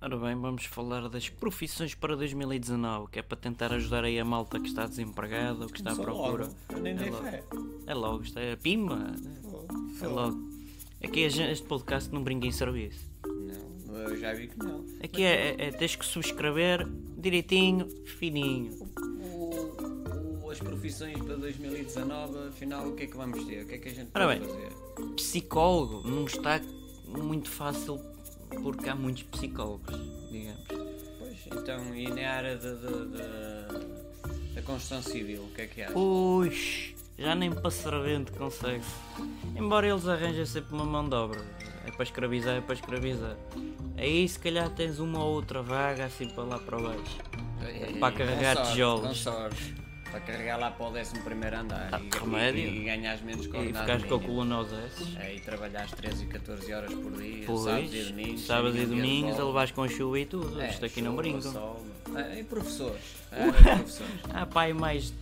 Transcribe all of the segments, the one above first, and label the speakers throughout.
Speaker 1: Ora bem, vamos falar das profissões para 2019, que é para tentar ajudar aí a malta que está desempregada ou que está à
Speaker 2: Só
Speaker 1: Tá, procura. É
Speaker 2: logo. Nem dei
Speaker 1: logo.
Speaker 2: fé.
Speaker 1: É logo, isto é pimba. É
Speaker 2: Foi
Speaker 1: logo. Aqui a gen- este podcast não brinca em serviço.
Speaker 2: Não, eu já vi que não.
Speaker 1: Aqui é, é, é tens que subscrever direitinho, fininho.
Speaker 2: O, o- as profissões para 2019, afinal, o que é que vamos ter? O que é que a gente
Speaker 1: Ora
Speaker 2: pode
Speaker 1: bem.
Speaker 2: fazer?
Speaker 1: Psicólogo não está muito fácil porque há muitos psicólogos, digamos.
Speaker 2: Pois, então, e na área de, de- de- da construção civil, o que é que há?
Speaker 1: Pois, já nem para servente consegue. Embora eles arranjem sempre uma mão de obra. É para escravizar, é para escravizar. Aí se calhar tens uma ou outra vaga assim para lá para baixo.
Speaker 2: É,
Speaker 1: para carregar
Speaker 2: com sorte,
Speaker 1: tijolos.
Speaker 2: Com sorte. Para carregar lá para o 11 primeiro andar.
Speaker 1: Ah,
Speaker 2: e,
Speaker 1: que remédio.
Speaker 2: E, e ganhas menos
Speaker 1: E
Speaker 2: coordenado
Speaker 1: ficares com a
Speaker 2: mínimo.
Speaker 1: coluna aos S.
Speaker 2: Aí trabalhas 13 e 14 horas por dia, sábados e
Speaker 1: Pois,
Speaker 2: domingos.
Speaker 1: sábados e
Speaker 2: ninguém te
Speaker 1: domingos, a
Speaker 2: devolve.
Speaker 1: levar com chuva e tudo. Isto aqui É, não
Speaker 2: É, chuva,
Speaker 1: brincam.
Speaker 2: sol. Ah, e professores? A
Speaker 1: É,
Speaker 2: área de professores.
Speaker 1: Há pai Ah, mais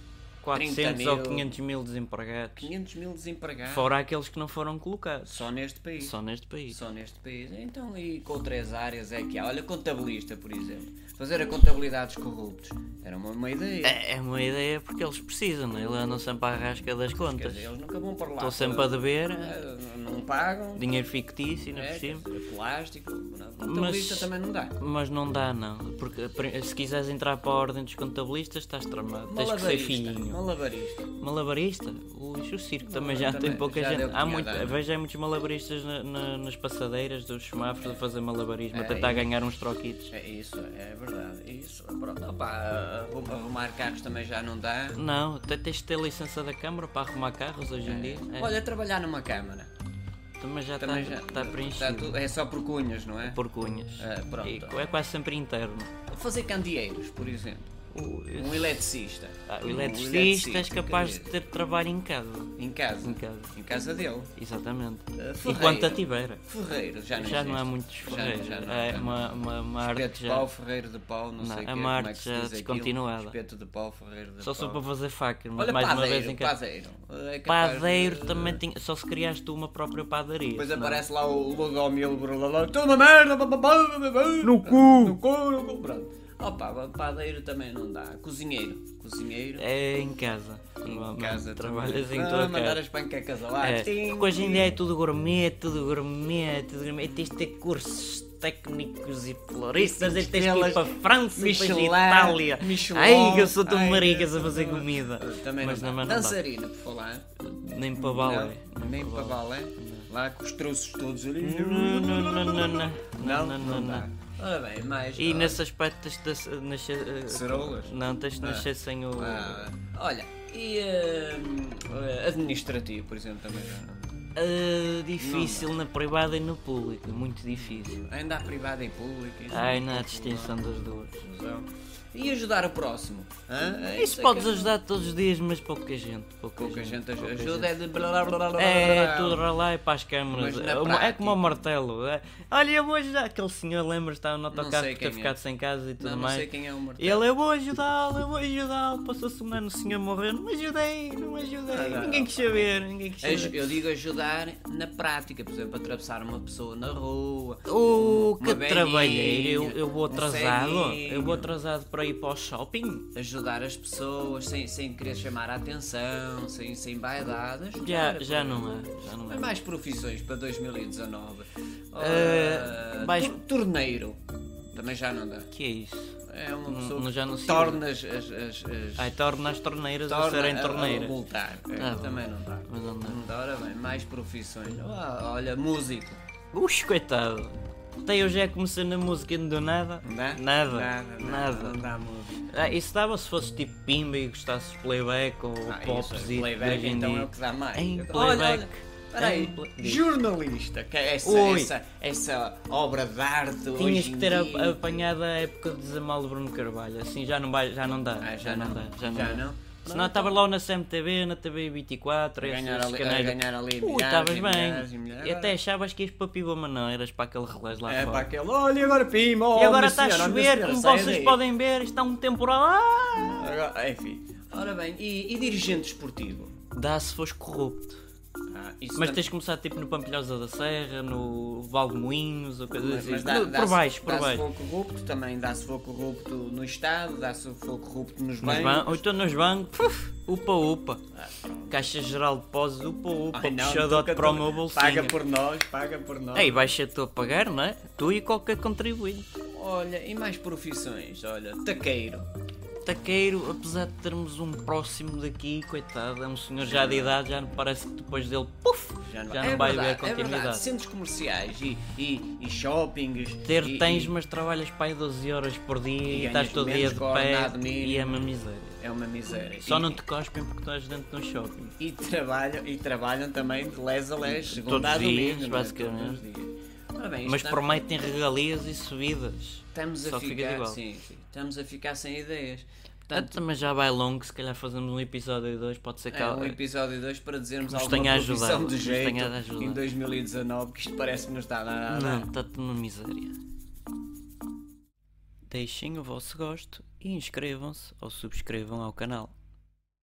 Speaker 1: 400 ou
Speaker 2: 30 mil.
Speaker 1: 500 mil desempregados.
Speaker 2: 500 mil desempregados.
Speaker 1: Fora aqueles que não foram colocados.
Speaker 2: Só neste país.
Speaker 1: Só neste país.
Speaker 2: Só neste país. Então, e com outras áreas é que há? Olha, contabilista, por exemplo. Fazer a contabilidade dos corruptos. Era uma, uma ideia.
Speaker 1: É é uma ideia porque eles precisam, né? eles andam sempre à rasca das
Speaker 2: Quer
Speaker 1: contas.
Speaker 2: dizer, eles nunca vão para lá.
Speaker 1: Estão sempre a dever,
Speaker 2: Ah, Não pagam.
Speaker 1: dinheiro fictício, não é
Speaker 2: É,
Speaker 1: por cima.
Speaker 2: quer dizer, plástico. não. Contabilista
Speaker 1: Mas-
Speaker 2: também não dá.
Speaker 1: Mas não dá, não. Porque pre- se quiseres entrar para a ordem dos contabilistas, estás tramado. Tens que ser filhinho.
Speaker 2: Malabarista.
Speaker 1: Malabarista? Ux, o circo também já
Speaker 2: também,
Speaker 1: tem pouca
Speaker 2: já
Speaker 1: gente.
Speaker 2: deu que
Speaker 1: Há
Speaker 2: tinha
Speaker 1: muito,
Speaker 2: a dar.
Speaker 1: vejo aí muitos malabaristas na- na- nas passadeiras dos semáforos a fazer malabarismo, a
Speaker 2: É,
Speaker 1: tentar
Speaker 2: e-
Speaker 1: ganhar uns troquitos.
Speaker 2: É isso, é verdade. Isso, pronto. Opa, arrum- arrumar carros também já não dá.
Speaker 1: Não, até tens de ter licença da Câmara para arrumar carros hoje em dia. É,
Speaker 2: Olha, trabalhar numa câmara.
Speaker 1: também já
Speaker 2: Também
Speaker 1: está
Speaker 2: já.
Speaker 1: tá preenchido.
Speaker 2: tá tudo- é só por cunhas, não é?
Speaker 1: Por cunhas.
Speaker 2: É, pronto.
Speaker 1: E é quase sempre interno.
Speaker 2: Fazer candeeiros, por exemplo.
Speaker 1: O-
Speaker 2: Um eletricista.
Speaker 1: Ah,
Speaker 2: Um
Speaker 1: o eletricista é
Speaker 2: eletricista,
Speaker 1: capaz de
Speaker 2: quer
Speaker 1: ter trabalho em casa.
Speaker 2: dizer, Em casa.
Speaker 1: Em casa.
Speaker 2: Em casa dele.
Speaker 1: Exatamente.
Speaker 2: ferreiro.
Speaker 1: e quanto a tiveira.
Speaker 2: Ferreiro, já não
Speaker 1: Já não há
Speaker 2: existe.
Speaker 1: muitos
Speaker 2: Já não-
Speaker 1: ferreiros.
Speaker 2: já não-
Speaker 1: É
Speaker 2: já não.
Speaker 1: uma, uma, uma arte
Speaker 2: Espeto
Speaker 1: que
Speaker 2: de
Speaker 1: já.
Speaker 2: pau, ferreiro de pau, não,
Speaker 1: Não, é
Speaker 2: sei o que
Speaker 1: uma
Speaker 2: como é
Speaker 1: arte
Speaker 2: que se
Speaker 1: já
Speaker 2: diz aquilo.
Speaker 1: descontinuada.
Speaker 2: Espeto de pau, ferreiro de
Speaker 1: Só
Speaker 2: pau.
Speaker 1: sou para fazer faca, mas
Speaker 2: Olha,
Speaker 1: mais
Speaker 2: padeiro,
Speaker 1: uma vez em casa.
Speaker 2: padeiro. É capaz de- é,
Speaker 1: Padeiro também tinha. Só se criaste tu uma própria padaria.
Speaker 2: Depois
Speaker 1: senão-
Speaker 2: aparece lá o logo ao mil brulala, tudo uma merda, blá, blá, blá, blá, blá,
Speaker 1: No cu.
Speaker 2: no cu, no cu, pronto. Opa, padeiro também não dá. Cozinheiro, cozinheiro,
Speaker 1: É em casa.
Speaker 2: em
Speaker 1: Normalmente
Speaker 2: casa
Speaker 1: trabalhas
Speaker 2: também.
Speaker 1: em
Speaker 2: Ah,
Speaker 1: tua
Speaker 2: mandar
Speaker 1: casa.
Speaker 2: as panquecas ao ar.
Speaker 1: É,
Speaker 2: Tim,
Speaker 1: porque hoje em
Speaker 2: tim.
Speaker 1: dia é tudo gourmet, tudo gourmet, tudo gourmet. Tens de ter cursos técnicos e floristas, e tens de ir
Speaker 2: Estrelas,
Speaker 1: para a França e
Speaker 2: Michelin,
Speaker 1: para a Itália.
Speaker 2: Michelin.
Speaker 1: Ai, que eu sou tão
Speaker 2: Ai,
Speaker 1: maricas a
Speaker 2: eu
Speaker 1: fazer
Speaker 2: sou-
Speaker 1: comida.
Speaker 2: Também
Speaker 1: Mas
Speaker 2: não
Speaker 1: também
Speaker 2: dá.
Speaker 1: não dá. né?
Speaker 2: Dançarina, por falar.
Speaker 1: Nem para balé.
Speaker 2: Não, nem para balé. Lá com os troços todos ali.
Speaker 1: Não, não, não, não, não.
Speaker 2: Não,
Speaker 1: Não, não,
Speaker 2: dá.
Speaker 1: não.
Speaker 2: Ora bem, mais...
Speaker 1: E
Speaker 2: ah,
Speaker 1: nesse aspecto tens de eh, nascer. eh,
Speaker 2: Ceroulas?
Speaker 1: Não, tens de nascer sem o.
Speaker 2: Ah, olha, e hum, administrativo, por exemplo, também já não.
Speaker 1: Eh, difícil na privada e no público. Muito difícil.
Speaker 2: Ainda há privada e pública. isso
Speaker 1: Ai,
Speaker 2: é
Speaker 1: na
Speaker 2: uma
Speaker 1: distinção das duas.
Speaker 2: confusão. E ajudar o próximo? hã? É
Speaker 1: Isso
Speaker 2: é
Speaker 1: podes
Speaker 2: que
Speaker 1: ajudar todos os dias, mas pouca gente. Pouca,
Speaker 2: Pouca gente aj-
Speaker 1: pouca
Speaker 2: ajuda, é de blá blá blá blá blá.
Speaker 1: É, é
Speaker 2: blá.
Speaker 1: tudo para lá e para as câmaras.
Speaker 2: Mas na
Speaker 1: É, uma- é
Speaker 2: prática-
Speaker 1: como o martelo. é. Olha, eu vou ajudar. Aquele senhor, lembra-se, estava no autocarro
Speaker 2: sei
Speaker 1: por ter
Speaker 2: quem é.
Speaker 1: ficado sem casa e tudo
Speaker 2: Não, não
Speaker 1: mais.
Speaker 2: sei quem é o Martelo.
Speaker 1: Ele, eu vou ajudá-lo, eu vou ajudá-lo. Passou-se um ano, o senhor morreu. Não me ajudei, não me ajudei.
Speaker 2: Ah, É não.
Speaker 1: ninguém quis saber, ninguém quis
Speaker 2: Aj-
Speaker 1: saber.
Speaker 2: Eu digo ajudar na prática, por exemplo, atravessar uma pessoa na rua.
Speaker 1: O que
Speaker 2: Uma velhinha,
Speaker 1: trabalhei, eu, eu vou
Speaker 2: um
Speaker 1: atrasado, eu vou
Speaker 2: ceguinho.
Speaker 1: atrasado para ir para o shopping.
Speaker 2: Ajudar as pessoas sem, sem querer chamar a atenção, sem, sem vaidade. ajudar,
Speaker 1: Já,
Speaker 2: por
Speaker 1: já
Speaker 2: exemplo.
Speaker 1: não é, já não é.
Speaker 2: Mas mais profissões para 2019.
Speaker 1: Ah,
Speaker 2: Ah,
Speaker 1: mais-
Speaker 2: tor- Torneiro. Também já não dá.
Speaker 1: Que é isso?
Speaker 2: É uma
Speaker 1: Não-
Speaker 2: pessoa
Speaker 1: não-
Speaker 2: que
Speaker 1: já não Ah, se
Speaker 2: torna as, as, as, as-
Speaker 1: Ai, torna as torneiras a
Speaker 2: torna
Speaker 1: serem
Speaker 2: a- a
Speaker 1: torneiras.
Speaker 2: voltar. É,
Speaker 1: Ah, bom.
Speaker 2: também não dá.
Speaker 1: Mas não dá.
Speaker 2: Não dá, ora bem, mais profissões. Ah, olha, músico.
Speaker 1: Ux, coitado. Até eu já comecei na música e não deu nada.
Speaker 2: Não dá?
Speaker 1: Nada.
Speaker 2: né? Nada.
Speaker 1: Nada.
Speaker 2: Não dá música.
Speaker 1: Ah, isso dava se fosse tipo Pimba e gostasses de playback ou
Speaker 2: Ah,
Speaker 1: pop
Speaker 2: isso, playback então é o que dá mais.
Speaker 1: Em
Speaker 2: Olha,
Speaker 1: playback.
Speaker 2: olha, Peraí,
Speaker 1: Em pla- Diz.
Speaker 2: jornalista, que é essa,
Speaker 1: Ui.
Speaker 2: essa, essa obra de arte
Speaker 1: Tinhas
Speaker 2: hoje
Speaker 1: que
Speaker 2: em
Speaker 1: ter a-
Speaker 2: dia.
Speaker 1: apanhado a época de Zamal de Bruno Carvalho, assim já não, vai, já não dá.
Speaker 2: Ah, já não.
Speaker 1: dá. Já não.
Speaker 2: Já
Speaker 1: dá.
Speaker 2: não?
Speaker 1: Senão estava lá na CMTV, na TV 24, esses
Speaker 2: ganhar ali-
Speaker 1: canais.
Speaker 2: a ganhar ali
Speaker 1: Ui,
Speaker 2: milhares
Speaker 1: estavas
Speaker 2: e
Speaker 1: bem.
Speaker 2: milhares e milhares.
Speaker 1: E até achavas que ias para Piba, mas não, eras para aquele relés lá
Speaker 2: É
Speaker 1: fora.
Speaker 2: para aquele, olha, agora pima, oh,
Speaker 1: E agora
Speaker 2: minha
Speaker 1: está a
Speaker 2: senhora, oh, minha
Speaker 1: chover,
Speaker 2: senhora,
Speaker 1: como
Speaker 2: saia
Speaker 1: vocês
Speaker 2: daí.
Speaker 1: podem ver, está um temporal. Ah!
Speaker 2: Agora, enfim. Ora bem, e, e dirigente esportivo?
Speaker 1: Dá se fores corrupto.
Speaker 2: Ah, isso
Speaker 1: Mas
Speaker 2: tam-
Speaker 1: tens de começar tipo no Pampilhosa da Serra, no Val de Moinhos ou coisas
Speaker 2: Mas,
Speaker 1: assim.
Speaker 2: mas dá,
Speaker 1: No-
Speaker 2: dá
Speaker 1: por baixo, por
Speaker 2: dá
Speaker 1: baixo.
Speaker 2: corrupto também, dá-se fogo corrupto no Estado, dá-se fogo corrupto nos
Speaker 1: Nos
Speaker 2: bancos.
Speaker 1: ban- ou então nos bancos, puf, upa upa.
Speaker 2: Ah, pronto.
Speaker 1: Caixa Geral de Depósitos, upa upa,
Speaker 2: Ai, não,
Speaker 1: puxadote
Speaker 2: nunca
Speaker 1: para o
Speaker 2: tu-
Speaker 1: meu bolsinho.
Speaker 2: Paga por nós, paga por nós.
Speaker 1: Ei, vais ser tu a pagar, não é? Tu e qualquer contribuinte.
Speaker 2: Olha, e mais profissões? Olha, taqueiro.
Speaker 1: Taqueiro, apesar de termos um próximo daqui, coitado, é um senhor já de idade, já não parece que depois dele, puf, já não,
Speaker 2: é
Speaker 1: vai
Speaker 2: verdade,
Speaker 1: haver
Speaker 2: É verdade.
Speaker 1: continuidade.
Speaker 2: Centros comerciais e, e, e shoppings.
Speaker 1: Ter
Speaker 2: e-
Speaker 1: tens,
Speaker 2: e-
Speaker 1: mas trabalhas para aí 12 horas por dia e,
Speaker 2: ganhas
Speaker 1: estás todo dia
Speaker 2: menos
Speaker 1: de
Speaker 2: que o
Speaker 1: pé
Speaker 2: ordenado
Speaker 1: e é
Speaker 2: mínimo.
Speaker 1: uma miséria.
Speaker 2: É uma miséria.
Speaker 1: Só
Speaker 2: E-
Speaker 1: não te cospem porque estás dentro de um shopping.
Speaker 2: E trabalham, e trabalham também de les a les, segunda a
Speaker 1: Todos os dias,
Speaker 2: domingo, não é?
Speaker 1: basicamente.
Speaker 2: Todos os dias. Ora bem,
Speaker 1: Mas
Speaker 2: estamos-
Speaker 1: prometem regalias e subidas.
Speaker 2: Estamos
Speaker 1: Só
Speaker 2: a
Speaker 1: fica
Speaker 2: ficar,
Speaker 1: igual.
Speaker 2: sim, sim, estamos a ficar sem ideias. Portanto,
Speaker 1: Portanto, Então, mas já vai longo, se calhar fazemos um episódio e dois, pode ser que
Speaker 2: é
Speaker 1: al-
Speaker 2: um episódio 2 para dizermos
Speaker 1: Nos
Speaker 2: alguma
Speaker 1: tenha
Speaker 2: profissão
Speaker 1: ajudado,
Speaker 2: de
Speaker 1: nos
Speaker 2: jeito
Speaker 1: tenha ajudado.
Speaker 2: em 2019, que isto parece que não está nada.
Speaker 1: Não, está-te uma miséria. Deixem o vosso gosto e inscrevam-se ou subscrevam ao canal.